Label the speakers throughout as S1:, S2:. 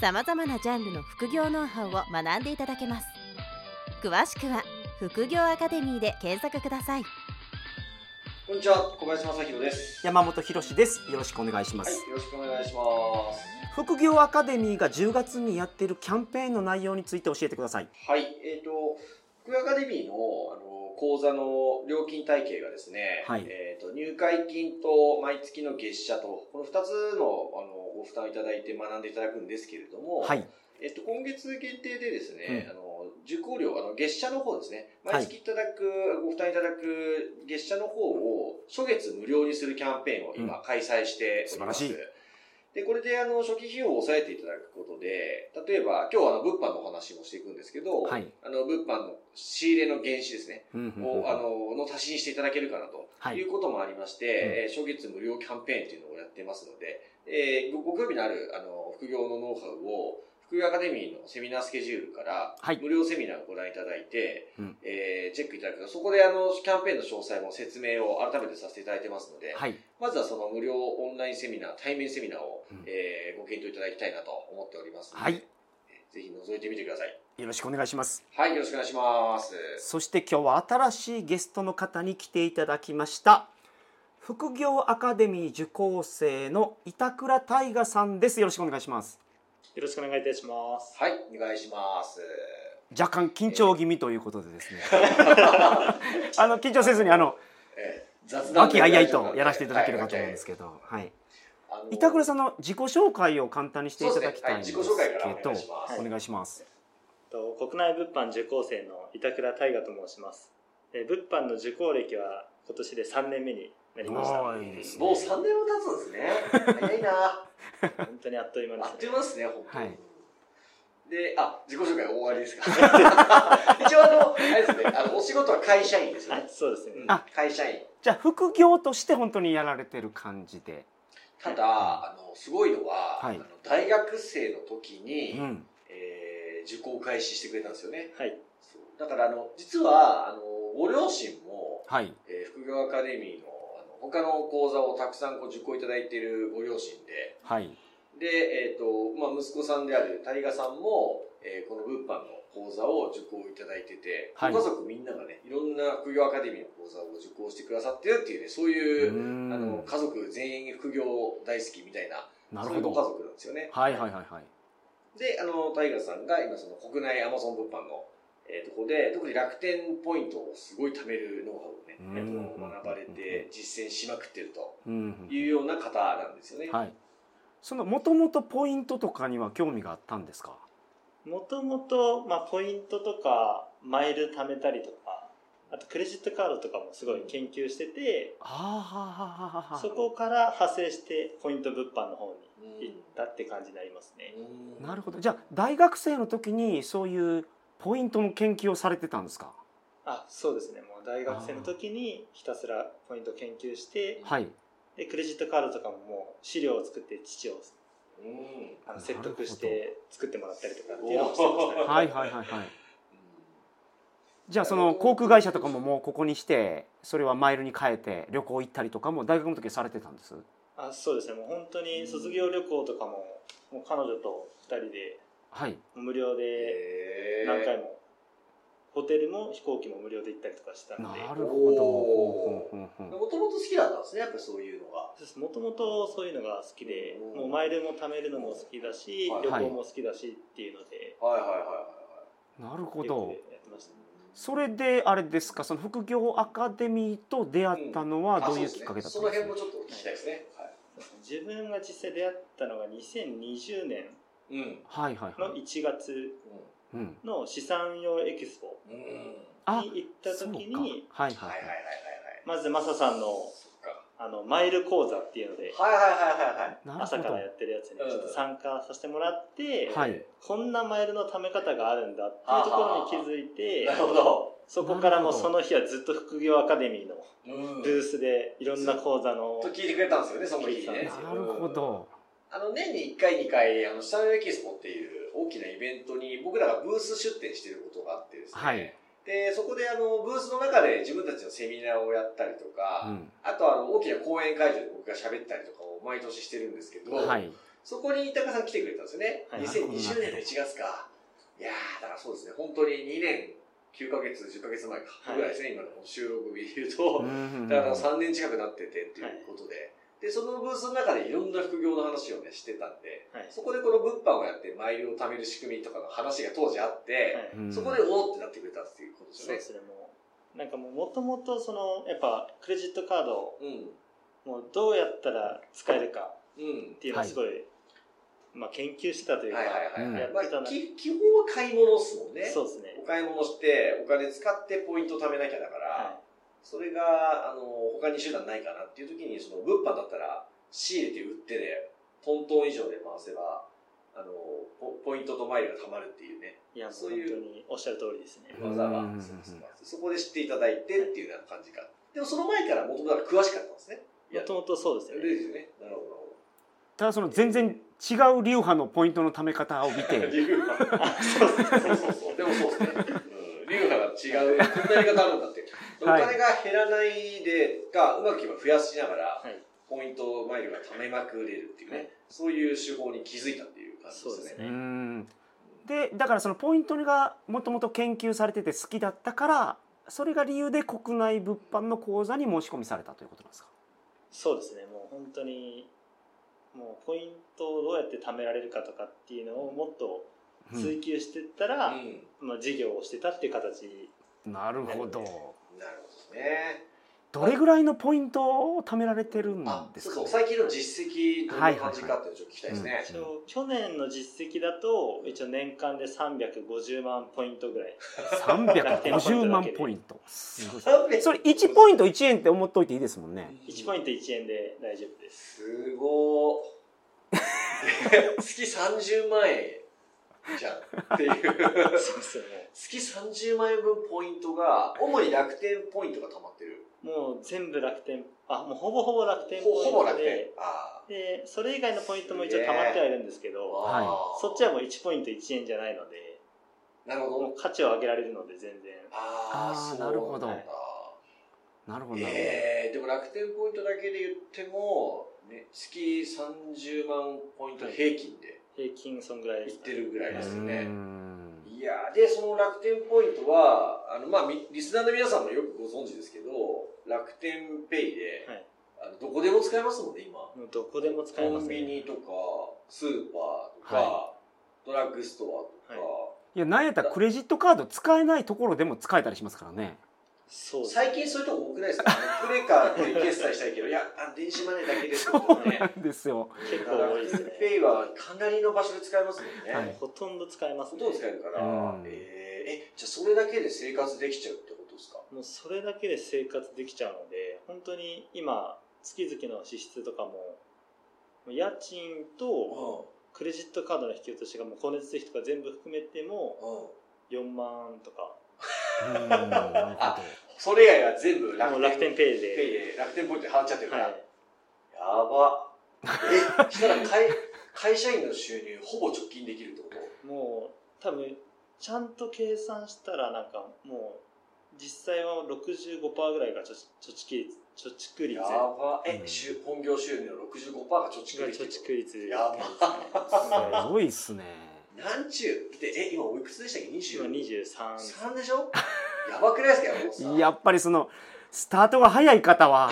S1: さまざまなジャンルの副業ノウハウを学んでいただけます詳しくは「副業アカデミー」で検索ください
S2: こんにちは、小林正弘です。
S3: 山本博史ですよろしくお願いしま
S2: はい、
S3: す、
S2: よろしくお願いします。
S3: 副業アカデミーが10月にやってるキャンペーンの内容について教えてください
S2: はい、えっ、と、福井アカデミーのあの講座の料金体系がですね、
S3: はい
S2: えっ、と入会金と毎月の月謝とこの2つのあのご負担いただいて学んでいただくんですけれども、
S3: はい
S2: えっと、今月限定でですね、あの受講料あの月謝の方ですね
S3: はい
S2: 毎月いただく、ご負担いただく月謝の方を初月無料にするキャンペーンを今開催しております、
S3: 素晴らし
S2: でこれであの初期費用を抑えていただくことで例えば今日はあの物販のお話もしていくんですけど、
S3: はい
S2: あの物販の仕入れの原資ですね、
S3: うんうんうん
S2: をあのの足しにしていただけるかなと
S3: はいいう
S2: こともありまして、えー初月無料キャンペーンというのをやってますので、えーごご興味のあるあの副業のノウハウを副業アカデミーのセミナースケジュールから
S3: はい
S2: 無料セミナーをご覧いただいて、
S3: うん
S2: えーチェックいただくとそこであのキャンペーンの詳細も説明を改めてさせていただいてますので、
S3: はい
S2: まずはその無料オンラインセミナー対面セミナーを、
S3: うん
S2: えーご検討いただきたいなと思っておりますので、
S3: はい
S2: ぜひ覗いてみてください
S3: よろしくお願いします
S2: はいよろしくお願いします
S3: そして今日は新しいゲストの方に来ていただきました副業アカデミー受講生の板倉大賀さんですよろしくお願いします
S4: よろしくお願いいたします。
S2: はいお願いします
S3: 若干緊張気味ということでで すね、あの緊張せずにあの
S2: えー雑
S3: 和
S2: 談
S3: 気あいあいとやらせていただければと思うんです
S2: け
S3: けど、はい、
S2: ど、はい
S3: 板倉
S2: さ
S3: さんの自己紹介を簡単にしていただきたいんです
S2: 自
S3: け
S2: 己
S3: ど、
S2: 紹介からお願いします、
S3: お願いします。
S4: と国内物販受講生の板倉大我と申します。えー物販の受講歴は今年で3年目になりました。
S3: おーいいですね
S2: もう三年も経つんですね早いな
S4: 本当にあっという間
S2: あっ
S4: で
S2: と
S4: す
S2: いう間ですね
S4: ね。
S2: 本当に、
S3: はい
S2: であ自己紹介終わりですか 一応あのあれですねあのお仕事は会社員ですよ
S4: あ
S2: ね、
S4: そうですね
S2: う。ん
S3: あ
S2: 会社員
S3: じゃあ副業として本当にやられてる感じで、
S2: ただ、あのすごいのは、
S3: はい
S2: あの大学生の時に、
S3: うん、
S2: えー受講開始してくれたんですよね
S4: はい。
S2: そうだからあの実はあのご両親も
S3: はい、
S2: えー副業アカデミーのあの他の講座をたくさんこう受講いただいているご両親で
S3: はい、
S2: で、えーとまあ、息子さんである大賀さんも、えーこの物販の講座を受講いただいてて、
S3: はい
S2: ご家族みんながねいろんな副業アカデミーの講座を受講してくださってるっていうねそういう、あの
S3: の
S2: 家族全員副業大好きみたいな
S3: なる
S2: そうい
S3: ほ
S2: うご
S3: ど。
S2: 家族なんですよね。
S3: はいはいはいはい。
S2: であの大賀さんが今その国内アマゾン物販の、えーとこで特に楽天ポイントをすごい貯めるノウハウをね、
S3: うん
S2: えーと学ばれて実践しまくってると
S3: うんうん
S2: いうような方なんですよね。
S3: はい。そのもともとポイントとかには興味があったんですか。
S4: もともと、まあ、ポイントとか、マイル貯めたりとか、あとクレジットカードとかもすごい研究してて、
S3: ああ、はははは
S4: そこから派生して、ポイント物販の方
S2: うん
S4: に行ったって感じになりますね。
S3: なるほど。じゃあ大学生の時にそういうポイントの研究をされてたんですか。
S4: あ、そうですね。もう大学生の時にひたすらポイント研究して、
S3: はい。
S4: でクレジットカードとかももう資料を作って父を
S2: うんうん
S3: なるほど
S4: あの説得して作ってもらったりとかっていうのをしてましたね
S3: はいはいはいはい。じゃあその航空会社とかももうここにしてそれはマイルに変えて旅行行ったりとかも大学の時はされてたんです
S4: あそうですねもう本当に卒業旅行とかももう彼女と2人で
S3: はい
S4: 無料で
S2: へー
S4: 何回もホテルも飛行機も無料で行ったりとかしてた
S3: なん
S4: で
S3: るほど
S2: おー
S3: ほんほんほんほん
S2: もともと好きだったんですねやっぱりそういうのが。
S4: もともとそういうのが好きで
S2: うん
S4: もうマイルも貯めるのも好きだし
S2: はい
S4: 旅行も好きだしっていうので
S2: はいはいはい
S3: なるほ
S4: 旅行
S3: ど
S4: でやってましたね
S3: それであれですかその副業アカデミーと出会ったの
S2: は
S3: はい
S2: はい。
S3: どういうきっかけだった
S2: そ
S3: ん
S2: の
S3: で
S2: 辺
S3: すか
S2: もちょっと聞きたいですね。は
S4: 自分が実際出会ったのが2020年
S2: い。うん。
S3: はいはいは
S4: の
S3: い、
S4: 1月
S3: うん、
S4: の資産用エキスポ
S2: うん。うん。
S3: あ
S4: に行った時
S3: そう
S4: に
S3: かはいは
S2: はいはいはい
S3: い
S2: はいはい。
S4: まずマサさんの
S2: そっか。
S4: あのマイル講座っていうので
S2: はいはいはいはい。
S3: なる
S4: 朝
S3: ほ
S4: からやってるやつにちょっと参加させてもらって、
S3: ど。はい。
S4: こんなマイルの貯め方があるんだっていうところに気づいて
S2: なるほど。
S4: そこからもう
S3: なる
S4: そ
S3: ほ
S4: の日はずっと副業アカデミーの
S2: うん
S4: ブースでいろんな講座の
S2: と聞いてくれたんですよね、その
S4: 聞い
S2: 時
S4: て
S2: に
S4: たん
S2: ね
S4: です。
S3: なるほど。
S2: あの、年に1回、2回、あの、下のエキスポっていう大きなイベントに僕らがブース出展してることがあってですね。
S3: はい。
S2: で、そこであの、ブースの中で自分たちのセミナーをやったりとか、
S3: うん。
S2: あとあの、大きな講演会場で僕が喋ったりとかを毎年してるんですけど、
S3: はい。
S2: そこに板倉さん来てくれたんですよね。
S4: はい
S2: 2020年の1月か。いやー、だからそうですね、本当に2年9ヶ月、10ヶ月前か、
S4: はい
S2: ぐらいですね、今のこの収録日で言うと、
S3: うん
S2: だから3年近くなっててっていうことで、で、そのブースの中でいろんな副業の話をね、してたんで、
S4: はい
S2: そこでこの物販をやって、マイルを貯める仕組みとかの話が当時あって、
S4: はい
S3: うん
S2: そこでおおってなってくれたっていうことです
S4: そう
S2: よね
S4: で。すねもうなんかもともとそのやっぱクレジットカードを
S2: うん。
S4: もうどうやったら使えるか
S2: うん
S4: っ。ていうのをすごい、まあ、研究してたというか、
S2: はいはいはい、はい
S4: うん
S2: まあ、き基本は買い物っすもんね。
S4: そうですね
S2: お買い物して、お金使ってポイント貯めなきゃだから、
S4: は
S2: それが、あの、他に手段ないかなっていう時に、その、物販だったら、仕入れて売ってで、トントン以上で回せば、あの、ポポイントとマイルが貯まるっていうね、
S4: いいやもう
S2: そう
S4: 本
S2: いう
S4: 当におっしゃる通りですね、
S3: うん
S2: 技が
S3: うん
S2: そうですそこで知っていただいてっていうような感じか。でも、その前からもともと詳しかったんですね。いや
S4: もともとそうです
S2: そ
S4: よ
S2: れ
S4: ね
S2: ですよね。なるほど。
S3: ただその全然違う流派のポイントのため方を 見て。
S2: 流派。そうそうそうそう。でもそうですね。うん流派が違う。こんなやり方あるんだって。お
S3: はい
S2: 金が減らないでか、うまくいけば増やしながら、
S4: はい
S2: ポイントマイルが貯めまくれるっていうね、
S4: はい
S2: そういう手法に気づいたっていう感じです
S4: そうで
S2: ね。
S3: う
S4: すね
S3: ん。で、だからそのポイントがもともと研究されてて好きだったから、それが理由で国内物販の講座に申し込みされたということなんですか。
S4: そうですねもう本当にもうポイントをどうやって貯められるかとかっていうのをもっと追求していったら、まあ、事業をしてたっていう形
S3: うんなるほど。
S2: うん、なるほどね。
S3: どれぐらいのポイントを貯められてるん
S2: あ、
S3: です
S2: そう
S3: か。
S2: そう。最近の実績、どんな感じかっていうのをちょっと聞きたいですね。
S3: はいはいはいうん
S4: 一応去年の実績だと一応年間で350万ポイントぐらい
S3: 三百五十万ポイント。すごいそれ一
S2: ン
S3: ポイント一円って思っといていいですもんね。
S4: 1ポイ
S2: ント。
S4: ント1円で大丈夫です
S2: す ごー。月30万円じゃんっていう。
S4: そうですよね
S2: 月30万円分ポイントが主に楽天ポイントが溜まってる
S4: もう全部楽天あもうほぼほぼ楽天ポイン
S2: ほほぼ
S4: トで
S2: 楽天あ
S4: でそれ以外のポイントも一応溜まってはいるんですけ
S2: あ、
S4: ど
S3: はい
S4: そっちはもう1ポイント1円じゃないので
S2: なるほ
S4: も
S2: ど
S4: う価値を上げられるので全然
S2: あ
S3: あー
S2: そう
S3: なるほど
S2: んだ
S3: なるほど。なるほど
S2: えー、でも楽天ポイントだけで言っても、ね、月30万ポイント平均で
S4: 平均そんぐらい
S2: い
S4: で
S2: っ
S4: す
S2: てるぐらいですよね、
S3: うん
S2: いやーでその楽天ポイントはあの、まあ、みリスナーの皆さんもよくご存知ですけど楽天ペイで、
S4: はい
S2: あのどこでも使えますもんね今
S4: もうどこでも使え
S2: コ
S4: ま
S2: ン
S4: す
S2: ビ
S4: ね
S2: ニとかスーパーとか、
S3: は
S2: ドラッグストアとか、
S3: いや、なんやったらクレジットカード使えないところでも使えたりしますからね。
S4: そうです
S2: 最近そういうとこ多くないですか、クレカで決済したいけどいやあ電子マネーだけですとかね
S3: なんですよ。
S4: 結構多いですね
S2: ペイはかなりの場所で使えますもんね、
S3: はい
S4: ほとんど使えます
S2: ほ
S4: ね
S2: とんど使えるから、
S3: うん
S2: えーえじゃあそれだけで生活できちゃうってことですか
S4: もうそれだけで生活できちゃうので本当に今月々の支出とかももう家賃
S2: う
S4: とクレジットカードの引き落としがもう光熱費とか全部含めても
S2: ん、うん、
S4: 4万とか
S3: うんなるほど
S2: それ以外は全部楽
S4: も
S2: 天
S4: う楽天ペイ
S2: ペイで
S4: で、
S2: 楽天ポイントで払っちゃってるか
S4: は
S2: ら、
S4: い
S2: や、ばえしたら会 会社員の収入ほぼ直近できるってこと
S4: もう多分ちゃんと計算したらなんかもう実際は65%ぐらいが貯貯蓄率貯蓄率
S2: や
S4: が
S2: ばえ、
S3: うん
S2: 収本業収入の65%が貯蓄で
S4: 貯
S2: きてる
S4: 蓄率
S2: やば
S3: すごいっすね。
S2: なんちゅうだってえ今おいくつでしたっけ
S4: 今
S2: 20?
S4: 23
S2: 3でしょやばくないですか山本さん
S3: やっぱりその、スタートが早い方は、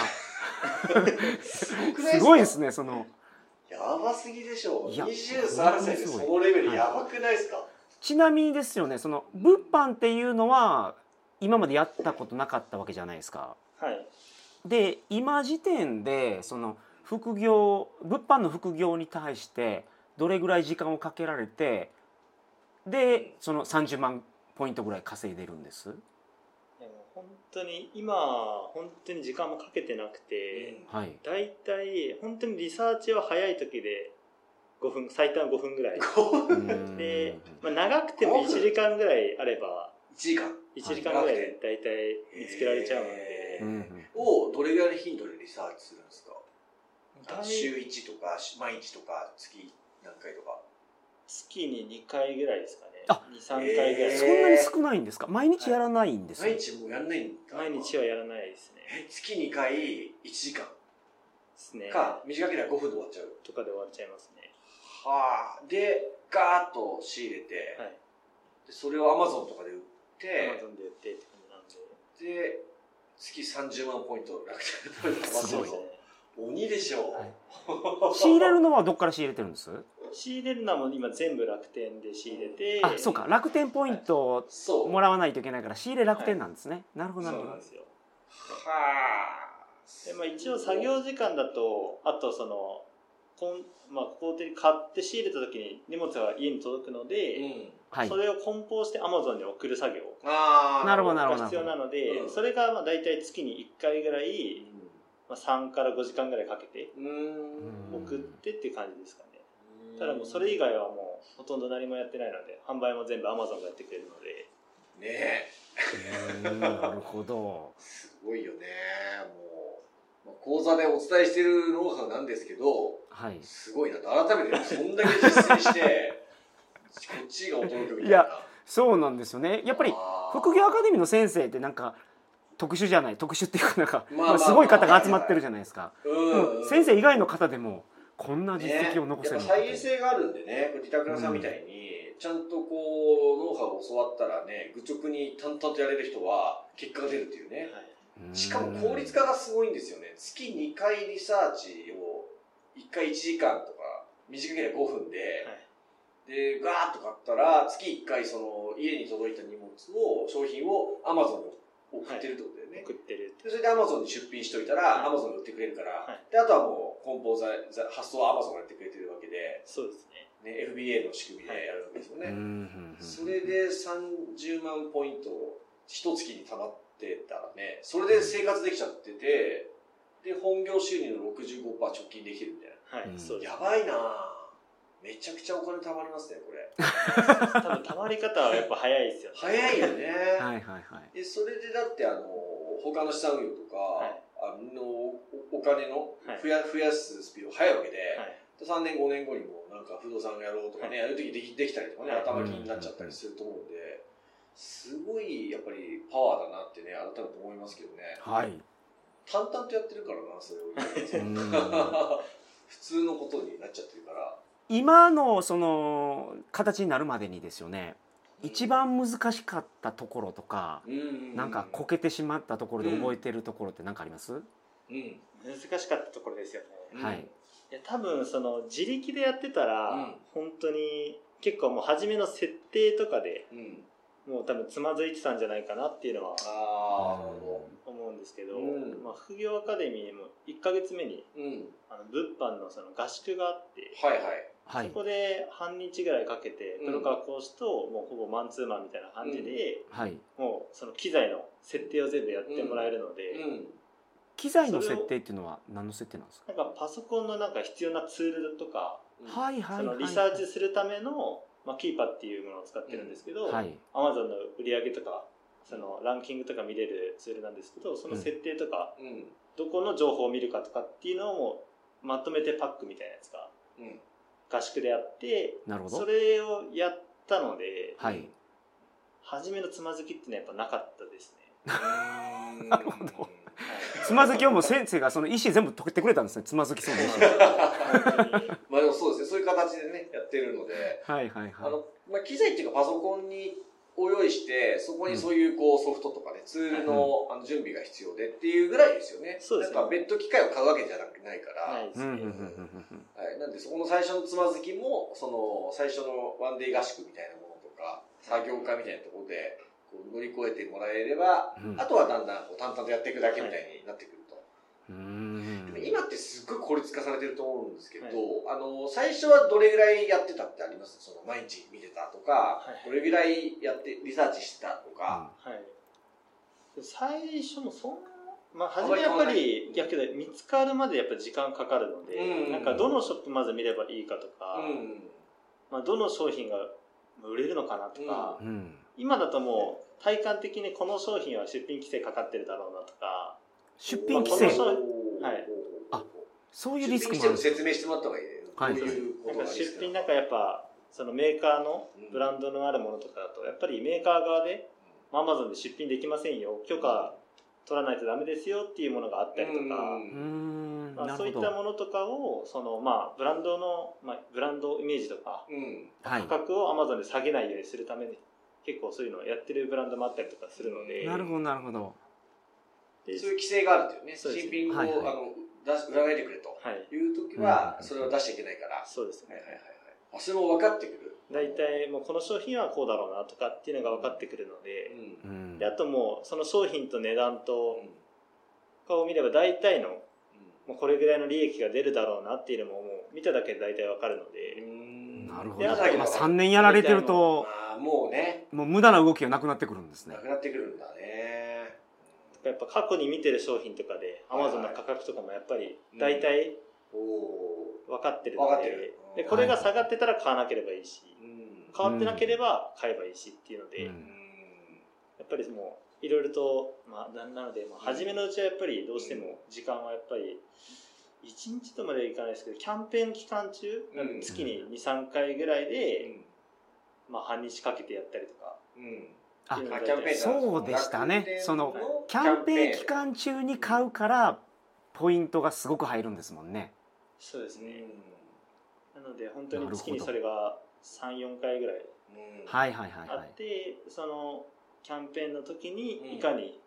S2: すごくない
S3: すごい
S2: で
S3: ですす
S2: か
S3: ね、その。
S2: やばすぎでしょ
S3: いや
S2: 23歳でそのレベルやばくないですか、
S3: ちなみにですよね、その、物販っていうのは、今までやったことなかったわけじゃないですか。
S4: はい
S3: で、今時点で、その、副業、物販の副業に対して、どれぐらい時間をかけられて、で、その30万ポイントぐらい稼いでるんです。
S4: えでも本当に今本当に時間もかけてなくて、
S3: はい。
S4: 大体本当にリサーチは早い時で5分最短5分ぐらい、
S2: こう
S3: うん
S4: でまあ、長くても1時間ぐらいあれば
S2: 1時間
S4: 1時間ぐらいで大体見つけられちゃうので
S2: へ
S3: うん
S2: をどれぐらいの頻度でリサーチするんですか
S4: 大
S2: 週1とかし毎日とか月何回とか
S4: 月に2回ぐらいですかね
S3: あ
S4: 23回ぐら
S2: へ
S4: い
S2: ー
S3: そんなに少ないんですか。毎日やらないんですか。
S2: 毎日もうやんないんだ
S4: 毎日はやらないですね
S2: え月2回1時間
S4: ですね
S2: か短ければ5分で終わっちゃう
S4: とかで終わっちゃいますね
S2: はあでガーッと仕入れて、
S4: はい
S2: でそれをアマゾンとかで売っ
S4: Amazon
S2: て
S4: で売ってって感じなんで
S2: で月30万ポイント楽天で貯まっ
S3: す
S2: て
S3: ご
S2: る
S3: い
S4: そうですね
S2: の鬼でしょ、
S3: はい仕入れるのはどっから仕入れてるんです。
S4: 仕入れるのはもう今全部楽天で仕入れて、
S3: あ、そうか。楽天ポイント
S2: そう
S3: をもらわないといけないから仕入れ楽天なんですね。なるほ
S4: そ
S3: どな
S4: う
S3: る
S4: な
S3: ほ
S4: ん
S3: ど
S4: で。すよ
S2: はあ
S4: で、まあ、一応作業時間だとあとそのこん、まあ、ここで買って仕入れた時に荷物が家に届くの
S2: う
S4: で、
S2: ん
S3: はい
S4: そ。れを梱包して Amazon に送る作業
S2: ああ
S3: なるほどなるほど
S4: が必要なので
S2: うん
S4: それがまあ大体月に1回ぐらい、まあ、3から5時間ぐらいかけて
S2: うんうん
S3: うん
S4: 送ってって感じですかねただもうそれ以外はもうほとんど何もやってないので販売も全部 Amazon がやってくれるので
S2: ねえ
S3: うんなるほど。
S2: すごいよねもう、まあ、講座でお伝えしているノウハウなんですけど
S3: はい。
S2: すごいなと改めてそんだけ実践してこっちが驚くみたいない
S3: やそうなんですよね。やっぱり
S2: あー
S3: 副業アカデミーの先生ってなんか特殊じゃない特殊っていうかなんか、
S2: まあまあ
S3: まあ、すごい方が集まってるじゃないですか、
S2: うん
S3: うん先生以外の方でもこんな実績を残せる
S2: ね、やっぱ
S3: のかと
S2: 再現性があるんでねこれ板倉さんみたいに、ちゃんとこうノウハウを教わったらね愚直に淡々とやれる人は結果が出るっていうね
S4: はい
S3: うん
S2: しかも効率化がすごいんですよね月2回リサーチを1回1時間とか短ければ5分で、
S4: はい
S2: でガーッと買ったら月1回その家に届いた荷物を商品をアマゾンに送ってるってことだよね、
S4: 送ってる
S2: でそれでアマゾンに出品しておいたら、ア
S4: はい
S2: マゾンが売ってくれるから、
S4: はい
S2: であとはもう梱包材材発送はアマゾンがやってくれてるわけで、
S4: そうですね
S2: ね、FBA の仕組みでやるわけですよ
S3: う
S2: ね、
S3: んうんうん
S2: それで30万ポイント一月に貯まってたらねそれで生活できちゃっててで本業収入の65%貯金できてるみたい
S4: は
S3: うん
S4: い、そうです
S2: なやばいなぁめちゃくちゃお金貯まりますねこれ
S4: 多分たまり方はやっぱ早いですよね
S2: 早いよね、
S3: はいはいはい
S2: でそれでだってあの他の資産運用とか、
S4: はい
S2: あのおお金の
S4: はい
S2: 増や,、増やすスピードが早いわけで、
S4: はい
S2: 3年5年後にもなんか不動産やろうとかね、やる時できできたりとかね
S4: はい
S2: 頭金になっちゃったりすると思うんで、すごいやっぱりパワーだなってね改めて思いますけどね
S3: はい
S2: 淡々とやってるからなそれを
S3: うん
S2: 普通のことになっちゃってるから
S3: 今のその形になるまでにですよね一、番難しかったところとか
S2: うんうん
S3: なんかこけてしまったところで覚えてるところって何かあります
S2: うん
S4: 難しかったところですよね
S2: うん
S3: はい
S4: いや多分その自力でやってたら、
S2: うん
S4: 本当に結構もう初めの設定とかで
S2: うん
S4: もう多分つまずいてたんじゃないかなっていうのは
S2: ああなるほ
S4: 思うんですけど、
S2: うん
S4: まあ、副業アカデミーも1か月目に
S2: どうん
S4: あの物販のその合宿があって、
S2: はいはい
S3: は
S4: そ
S3: い
S4: こで半日ぐらいかけて
S2: うん
S4: 黒川講師ともうほぼマンツーマンみたいな感じで、
S3: はい
S4: もうその機材の設定を全部やってもらえるので、
S2: うん
S3: 機材の設定っていうのは何の設定なんですか
S4: なんかパソコンのなんか必要なツールとか、
S3: はいはい
S4: そ
S3: は
S4: の
S3: い
S4: リサーチするための、まあ、キーパーっていうものを使ってるんですけど、
S3: はい
S4: Amazon の売り上げとかそのランキングとか見れるツールなんですけどその設定とか、
S2: うん
S4: どこの情報を見るかとかっていうのをもうまとめてパックみたいなやつが
S2: うん
S4: 合宿でやって
S3: なるほど
S4: それをやったので、
S3: はい
S4: 初めのつまずきっていうのはやっぱなかったです ね。
S2: なるほど。
S3: つまずきをもう先生がその石全部解けてくれたんですねつまずきそうな 石
S4: はい本当に
S2: まあでもそうですね、そういう形でね、やってるので、
S3: はいはい
S2: あ
S3: は
S2: の、まあ機材っていうかパソコンに、を用意して、そこにそういうこうソフトとかね、ツールのあの準備が必要でっていうぐらいですよね。
S4: そうですね
S2: なんか別途機械を買うわけじゃなくないから、
S4: な
S2: はいい。
S4: です
S3: い。う
S4: ね
S3: んうんうんうんうん
S2: なんでそこの最初のつまずきも、その最初のワンデー合宿みたいなものとか、作業家みたいなところで、こう乗り越えてもらえれば、
S3: うんうん
S2: あとはだんだんこう淡々とやっていくだけみたいになってくると。
S3: うーん
S2: でも今ってすっごい効率化されてると思うんですけど、
S4: はい
S2: あの最初はどれぐらいやってたってありますその毎日見てたとか、
S4: はい
S2: どれぐらいやってリサーチしてたとか、
S4: はい最初もそんなまあ、初めやっぱり、いやけど見つかるまでやっぱ時間かかるので、
S2: うん
S4: なんかどのショップまず見ればいいかとか、
S2: うん
S4: まあ、どの商品が売れるのかなとか、
S3: うん、
S4: 今だともう体感的にこの商品は出品規制かかってるだろうなとか、
S3: 出品規
S4: まあこ
S3: 制
S4: の商はい
S3: あそういう
S2: 出品
S3: リスク
S2: して
S3: も
S2: る
S3: ある
S2: の説明してもらった方がいいね。
S3: はい
S2: どういうこと
S4: なん
S2: が
S4: か
S2: リス
S4: 出
S2: ク
S4: 品
S2: なの
S4: なんかやっぱそのメーカーのブランドのあるものとかだとやっぱりメーカー側でアマゾンで出品できませんよ許可取らないとダメですよっていうものがあったりとか、
S2: うん
S3: うーん
S4: まあ、
S3: な
S4: そうい
S3: る
S4: っ
S3: ほ
S4: た
S3: ど
S4: ものとかをその、まあ、ブランドの、まあ、ブランドイメージとか
S2: うん
S3: は
S4: 価格をアマゾンで下げないようにするために結構そういうのをやってるブランドもあったりとかするの
S3: い
S4: で
S3: なるほどなるほど
S4: で
S2: そういう規制があるっていうね。
S4: そうです
S2: 新品を、
S3: はいはい
S2: あの出し売らないでくれと
S4: はい
S2: いう時は、
S3: うん
S2: それは出していけないから。は
S4: そうです
S2: い
S4: ね
S2: はいはいはい。あそれも分かってくる。
S4: 大。体もうこの商品はこうだろうなとかっていうのが分かってくるの
S2: う
S4: で
S2: ん。
S3: うん
S4: であともうその商品と値段
S2: う
S4: と
S2: ん
S4: かを見れば大体のもうこれぐらいの利益が出るだろうなっていうのももう見ただけで大体分かるので
S3: なるほ
S4: で
S3: ど、
S4: あ
S3: ま
S4: と
S3: あ、3年やられてると
S2: まあ、もうね、
S3: もう無駄な動きがなくなってくるんですね
S2: なくなってくるんだね。
S4: やっぱ過去に見てる商品とかでア
S2: はいは
S4: マ
S2: い
S4: ゾンの価格とかもやっぱり大体
S2: おお。
S4: 分かってる
S2: 分
S4: の
S2: かって
S4: で
S2: る
S4: でこれが下がってたら買わなければいいし
S2: うん
S4: 変わってなければ買えばいいしっていうので、
S3: う
S2: うんん
S4: やっぱりもういろいろと、まあ、ななので、まあ、初めのうちはやっぱりどうしても時間はやっぱり1日とまではいかないですけどキャンペーン期間中
S2: うんうん
S4: 月に23回ぐらいで、まあ、半日かけてやったりとか
S2: うん
S3: あ
S2: あキャンペーン
S3: そうでしたねそのキャンペーン期間中に買うからポイントがすごく入るんですもんね
S4: そうです
S2: うん
S4: ね、なので本当
S3: な
S4: に
S3: るほど
S4: 月にそれが34回ぐらい
S2: うん
S3: はいはいはい
S4: あ
S3: はい
S4: って、そのキャンペーンの時
S2: うん
S4: にいかに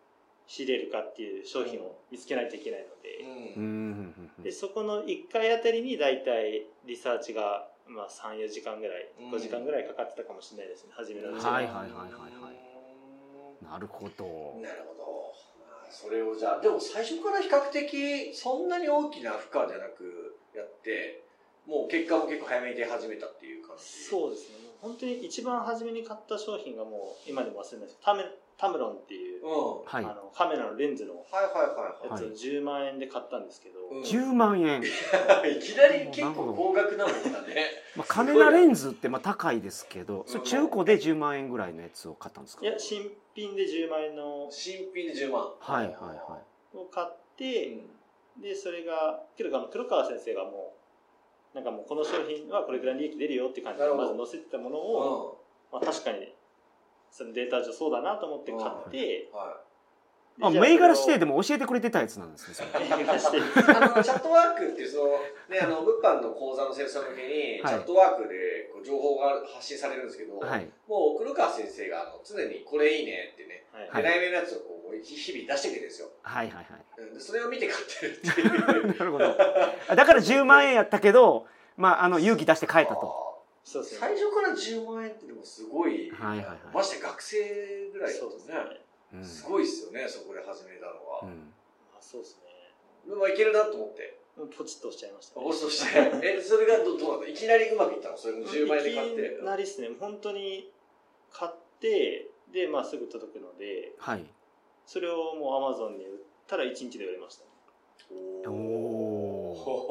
S4: 仕入れるかっていう商品を見つけないといけないので。
S3: う
S2: うん
S3: うんんうんう
S4: で
S3: ん
S4: そこの1回あたりに大体リサーチが、まあ、34時間ぐらい
S2: うん
S4: 5時間ぐらいかかってたかもしれないですね初めのうち
S3: はいはいはいはいはいなるほど
S2: なるほどまあそれをじゃあでも最初から比較的そんなに大きな負荷じゃなくやってもう結果も結構早めに出始めたっていう感じ
S4: そうですねもう本当に一番初めに買った商品がもう今でも忘れないですタメタムロンっていう、
S2: うんは
S3: はい
S4: あのカメラのレンズの
S2: いはい
S4: や
S2: はい
S4: つを10万円で買ったんですけど、
S2: うん
S3: 10万円、
S2: はいいきなり結構高額なもんだね
S3: まあ、カメラレンズってまあ高いですけどそれ
S2: うん
S3: 中古で10万円ぐらいのやつを買ったんですか
S4: いや新品で10万円のを
S2: 新品で10万
S3: はいはいは
S4: 買って、でそれがけどあの黒川先生がもうなんかもうこの商品はこれぐらい利益出るよって感じで
S2: なるほ
S4: ま
S2: ど
S4: ず載せてたもの
S2: うん
S4: を、まあ、確かにそのデータ上そうだなと思って買って、
S2: は
S3: あ
S4: でじゃあ
S3: 銘柄指定で
S4: も
S3: も教えてくれてたやつなんですねそれ
S4: 銘柄指定
S2: い、あのチャットワークっていうその、ね、あの物販の講座の生産向けに、
S3: は
S2: チ
S3: い
S2: ャットワークでこう情報が発信されるんですけど、
S3: はい
S2: もう黒川先生があの常にこれいいねってね、
S4: はい
S3: はい
S2: 狙い目のやつをこう日々出してくれるんですよ。
S3: はいはいはい
S2: うんでそれを見て買ってるっていう。
S3: なるほどあだから10万円やったけど、まあ、あの勇気出して帰ったと
S2: あ
S4: そう
S2: ー
S4: ですね
S2: 最初から10万円ってでもすごい、
S3: はいはいはい
S2: まして学生ぐらいだ
S4: そ
S2: とね
S4: うですね、ま
S3: うん
S2: すごいですよね、そこで始めたのは。
S3: うん
S4: あ、そうです
S2: まあ、いけるなと思って、
S4: ねポチッと押しちゃいました、ね、
S2: 押すと して、え、それがどどうなったいきなりうまくいったのそれも10万円で買って。
S4: いきなりですね本当に買ってでまあすぐ届くので
S3: はい
S4: それをもうアマゾンに売ったら1日で売れましたね、
S3: おお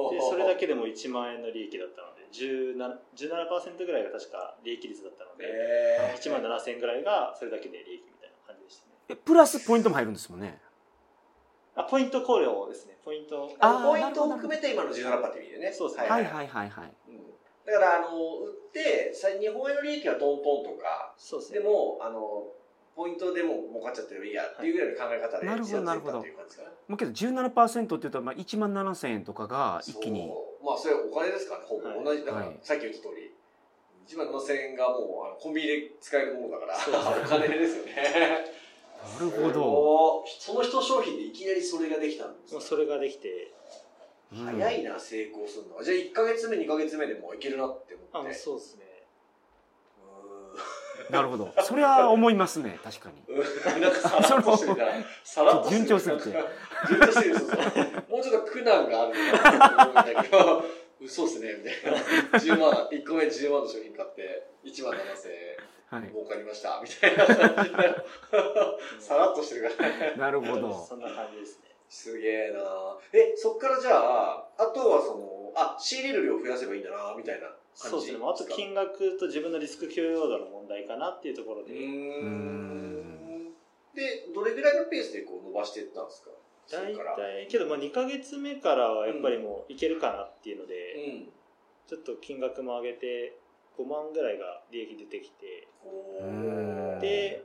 S2: おー
S4: でそれだけでも1万円の利益だったので 17%, 17ぐらいが確か利益率だったので、
S2: えー
S4: 1万7000円ぐらいがそれだけで利益みたいな感じでしたね
S3: えプラスポイントも入るんですもんね
S4: あポイント考慮ですねポイント
S3: あ
S2: あの
S3: ー
S2: ポイントを
S3: なるほ
S2: 含
S3: ど
S2: めて今の17%って意味でね。
S4: そうですね
S3: はいはいはいはい
S2: うんだから、あの、売って、さ日本円の利益はトントンとか、
S4: そうですね
S2: でも、あの、ポイントでも儲かっちゃってもいいやっていうぐらいの考え方で、
S3: はいなるほどなるほど
S2: っていう感じかな。
S3: まあけど17%って言うとまあ1万7000円とかが一気に
S2: そう。まあ、それお金ですからね、ほぼ
S4: は
S2: 同
S4: い
S2: じ。だか
S3: は
S2: ら
S3: い、
S2: さっき言った通り、1万7000円がもう、あのコンビニで使えるものだから、
S4: そうそう
S2: お金ですよね。
S3: なるほど、
S2: ど。その一商品でいきなりそれができたんです
S4: も
S2: ね
S4: うそれができて
S3: うん
S2: 早いな、成功するのは。じゃあ、1ヶ月目、2ヶ月目でもういけるなって
S4: あ
S2: 思っ
S4: もう
S2: て。
S4: そうですね
S2: うーん
S3: なるほどそれは思いますね確かに
S2: なんかさらっとしてるから、さらっとしてる
S3: 順調すぎて
S2: なんか順調すぎて、そうそうもうちょっと苦難があるのかなと思うんだけど、嘘っすね、みたいな。10万、1個目10万の商品買って、1万7000円。
S3: はい。
S2: 儲かりましたみたいな感じでさらっとしてるからね
S3: なるほど。
S4: そんな感じですね。
S2: すげえなえそっからじゃああとはそのあ仕入れる量増やせばいいんだなみたいな感じ
S4: そうですね。まああと金額と自分のリスク許容度の問題かなっていうところ
S2: う
S4: で、
S2: ーん
S3: ん
S2: でどれぐらいのペースでこう伸ばしていったんですかそ
S4: 大
S2: っから
S4: 体、けどまあ2ヶ月目からはやっぱりもういけるかなっていうので、
S2: うん
S4: ちょっと金額も上げて、5万ぐらいが利益出てきて、
S2: お
S3: う
S2: ー
S3: ん
S4: で、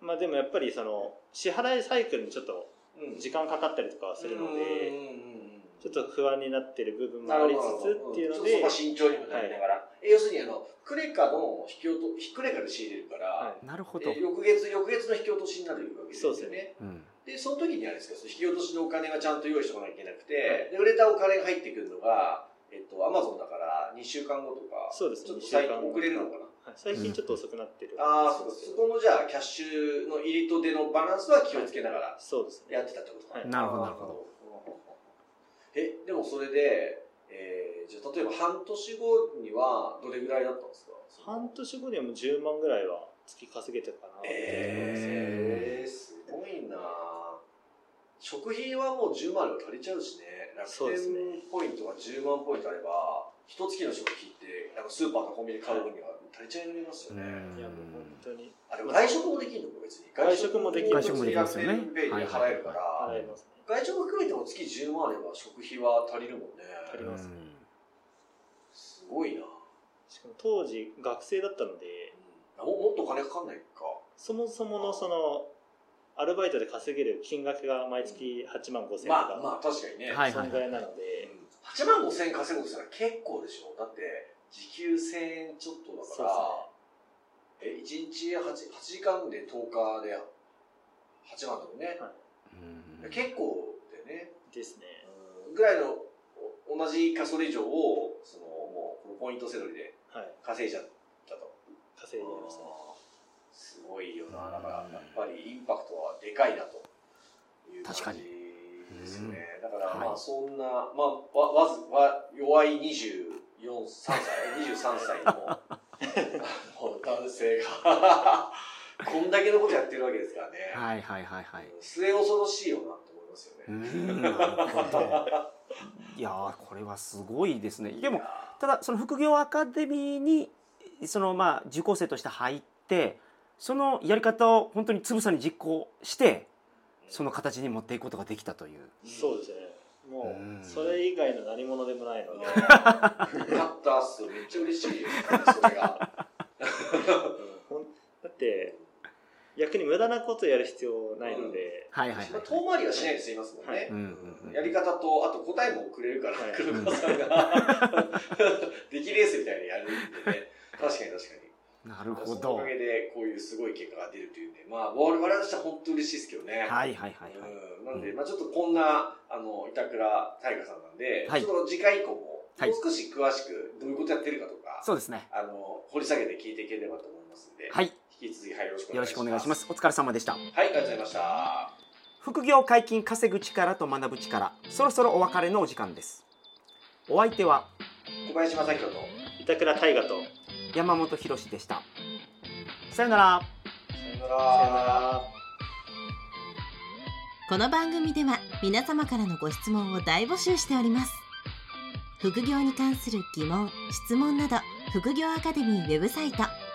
S4: まあでもやっぱりその、支払いサイクルにちょっと
S2: うん
S4: 時間かかったりとかはするの
S2: うん
S4: で、
S2: うんうんうん
S4: ちょっと不安になってる部分も
S2: な
S4: あ
S2: る
S4: り
S2: ほど
S4: つつっていうので、
S2: ちょっとそこは慎重にもなりながら、え要するにあのクレカの引き落とクレカで仕入れるから、
S4: は
S3: なるほど
S2: え。翌月翌月の引き落としになるわけですよ
S4: そうです
S2: ね
S4: ね
S3: うん。
S2: でその時にあれですかその引き落としのお金はちゃんと用意しておかなきゃいけなくて、で売れたお金が入ってくるのがえっとアマゾンだから2週間後とか
S4: そうです
S2: ちょっ
S4: ね
S2: と
S4: 2
S2: 最
S4: 週間
S2: 近
S4: 後
S2: 遅れるのかな
S4: はい最近ちょっと遅くなってる。
S2: ああそうかそこのじゃあキャッシュの入りと出のバランスは気をつけながら
S4: そうですね。
S2: やってたってことか、
S4: はい
S3: なるほどなる
S2: ほどえでもそれで、えーじゃあ例えば半年後にはどれぐらいだったんですか
S4: 半年後にはもう10万ぐらいは月稼げてたかな。
S2: えー、すごいな食費はもう10万あれば足りちゃうしね楽
S4: そうですね
S2: 天ポイントが10万ポイントあれば一月の食費ってなんかスーパーとコンビニで買う分には足りちゃいますよね、
S4: いやもう本当に
S2: あでも外食もできるのか別に
S4: 外食もできる
S3: 外食もできますよ
S2: 月額
S3: ね
S2: 1000ペイで払えるから、
S4: 払いますね。
S2: 外食含めても月10万あれば食費は足りるもんね
S4: 足りますね
S2: すごいな、
S4: しかも当時学生だったので、
S2: ももっとお金かかんないか
S4: そもそものその、アルバイトで稼げる金額が毎月8万5千円と
S2: まあま
S4: か、
S2: あ確かにね、
S3: はい
S4: そんぐらいなので、
S2: うん8万5千円稼ごうとしたら結構でしょだって時給1000円ちょっとだからえ1日 8, 8時間で10日で8万だもんね、
S3: うん
S2: 結構だよね、
S4: ですね。
S2: うんぐらいのお同じかそれ以上をそのもうこのポイントセドリで
S4: はい。
S2: 稼いじゃったと
S4: 稼いでましたね。
S2: すごいよな、だからやっぱりインパクトはでかいなという
S3: 確
S2: 感
S3: か
S2: じ
S3: に
S2: ですね。だから
S3: はい
S2: まあそんな、まあわわずわ弱い24歳23歳の あの男性が こんだけのことやってるわけですからね。
S3: はいはいはいはい。
S2: 末恐ろしいよなって思いますよ
S3: うー
S2: ね。
S3: んなるほどいやーこれはすごいですね。で
S2: い
S3: も
S2: や
S3: ただその副業アカデミーにそのまあ受講生として入ってそのやり方を本当につぶさに実行して
S2: ー
S3: その形に持っていくことができたという。
S2: うん
S4: そうですね。も
S3: うん
S4: う、それ以外の何物でもないので、
S2: よかったっすめっちゃ嬉しいよそれが。
S4: ほんだって、逆に無駄なことやる必要ないので、
S3: はいはいはい
S2: まあ、遠回りはしないで済みますもんね、
S4: はい
S3: うんうんうん
S2: やり方とあと答えもくれるから、
S4: はい
S2: 黒川さんが出来レースみたいにやるんでね確かに確かに
S3: なるほ
S2: そのお
S3: ど。
S2: か
S3: はい
S2: げでこういうすごい結果が出るというんでまあ我々としては本当嬉しいですけどね
S3: はいはいはい。
S2: うんなんで、まあ、ちょっとこんなあの板倉大我さんなんで、
S3: はい
S2: ちょっと次回以降もも
S3: はいう
S2: 少し詳しくどういうことやってるかとか、
S3: そうですね。
S2: あの掘り下げて聞いていければと思いますんで、
S3: はい
S2: 引き続き、はい、よろしくお
S3: よ
S2: 願
S3: ろ
S2: い
S3: し
S2: し
S3: く
S2: ます
S3: お願いします。お疲れ様でした。
S2: はいありがとうございました
S3: 副業解禁稼ぐ力と学ぶ力そろそろお別れのお時間です。お相手は
S2: 小林正弘と
S4: 板倉大我と、
S3: 山本博史でした。さよなら。
S2: さよな
S4: さよな
S2: ら
S4: ら。
S1: この番組では皆様からのご質問を大募集しております副業に関する疑問・質問など副業アカデミーウェブサイト